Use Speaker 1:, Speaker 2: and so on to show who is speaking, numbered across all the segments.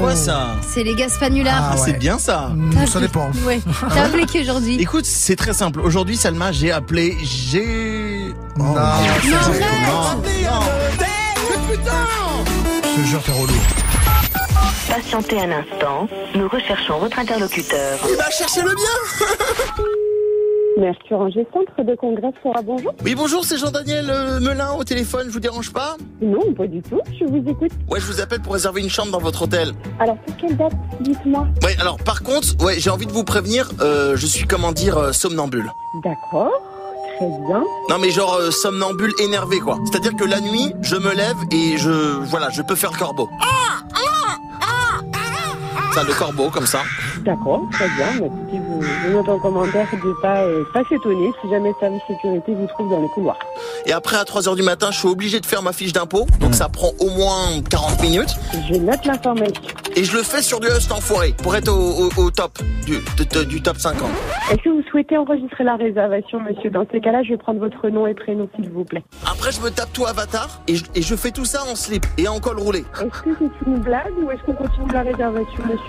Speaker 1: quoi ça
Speaker 2: C'est les Gaspanulas.
Speaker 1: Ah,
Speaker 3: Oh Ah ouais.
Speaker 1: c'est bien ça.
Speaker 3: Hmm, Ça dépend.
Speaker 2: Ouais. T'as appelé qui aujourd'hui
Speaker 1: Écoute, c'est très simple. Aujourd'hui, Salma, j'ai appelé, j'ai. Oh,
Speaker 3: Non, Ah,
Speaker 2: Mais
Speaker 3: ça, c'est-
Speaker 1: non,
Speaker 2: arrête
Speaker 1: non.
Speaker 3: je te jure, t'es relou.
Speaker 4: Patientez un instant, nous recherchons votre interlocuteur.
Speaker 1: Il va chercher le bien.
Speaker 5: Mercure Angers Centre de Congrès sera bonjour.
Speaker 1: Oui, bonjour, c'est Jean-Daniel euh, Melin au téléphone. Je vous dérange pas
Speaker 5: Non, pas du tout, je vous écoute.
Speaker 1: Ouais, je vous appelle pour réserver une chambre dans votre hôtel.
Speaker 5: Alors, pour quelle date Dites-moi.
Speaker 1: Ouais, alors par contre, ouais, j'ai envie de vous prévenir, euh, je suis comment dire euh, somnambule.
Speaker 5: D'accord, très bien.
Speaker 1: Non mais genre euh, somnambule énervé quoi. C'est-à-dire que la nuit, je me lève et je voilà, je peux faire le corbeau. Ça le corbeau comme ça.
Speaker 5: D'accord, très bien. Bah, écoutez, vous, je note en commentaire de pas, euh, pas s'étonner si jamais le service sécurité vous trouve dans les couloirs.
Speaker 1: Et après à 3h du matin, je suis obligé de faire ma fiche d'impôt, donc ça prend au moins 40 minutes
Speaker 5: Je note l'information.
Speaker 1: et je le fais sur du Hust enfoiré pour être au, au- au top du, de- de- du top 50.
Speaker 5: Est-ce que vous souhaitez enregistrer la réservation, monsieur Dans ces cas-là, je vais prendre votre nom et prénom, s'il vous plaît.
Speaker 1: Après je me tape tout avatar et je, et je fais tout ça en slip et en col roulé.
Speaker 5: Est-ce que c'est une blague ou est-ce qu'on continue la réservation, monsieur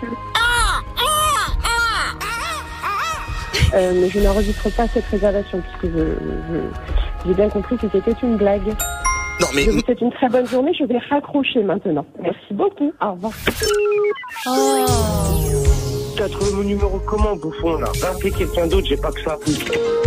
Speaker 5: euh, mais je n'enregistre pas cette réservation puisque je, je- j'ai bien compris que c'était une blague.
Speaker 1: Non mais
Speaker 5: Je vous souhaite une très bonne journée. Je vais raccrocher maintenant. Merci beaucoup. Au revoir.
Speaker 2: Oh.
Speaker 6: T'as trouvé mon numéro comment, bouffon, là Va appeler quelqu'un d'autre, j'ai pas que ça.
Speaker 2: On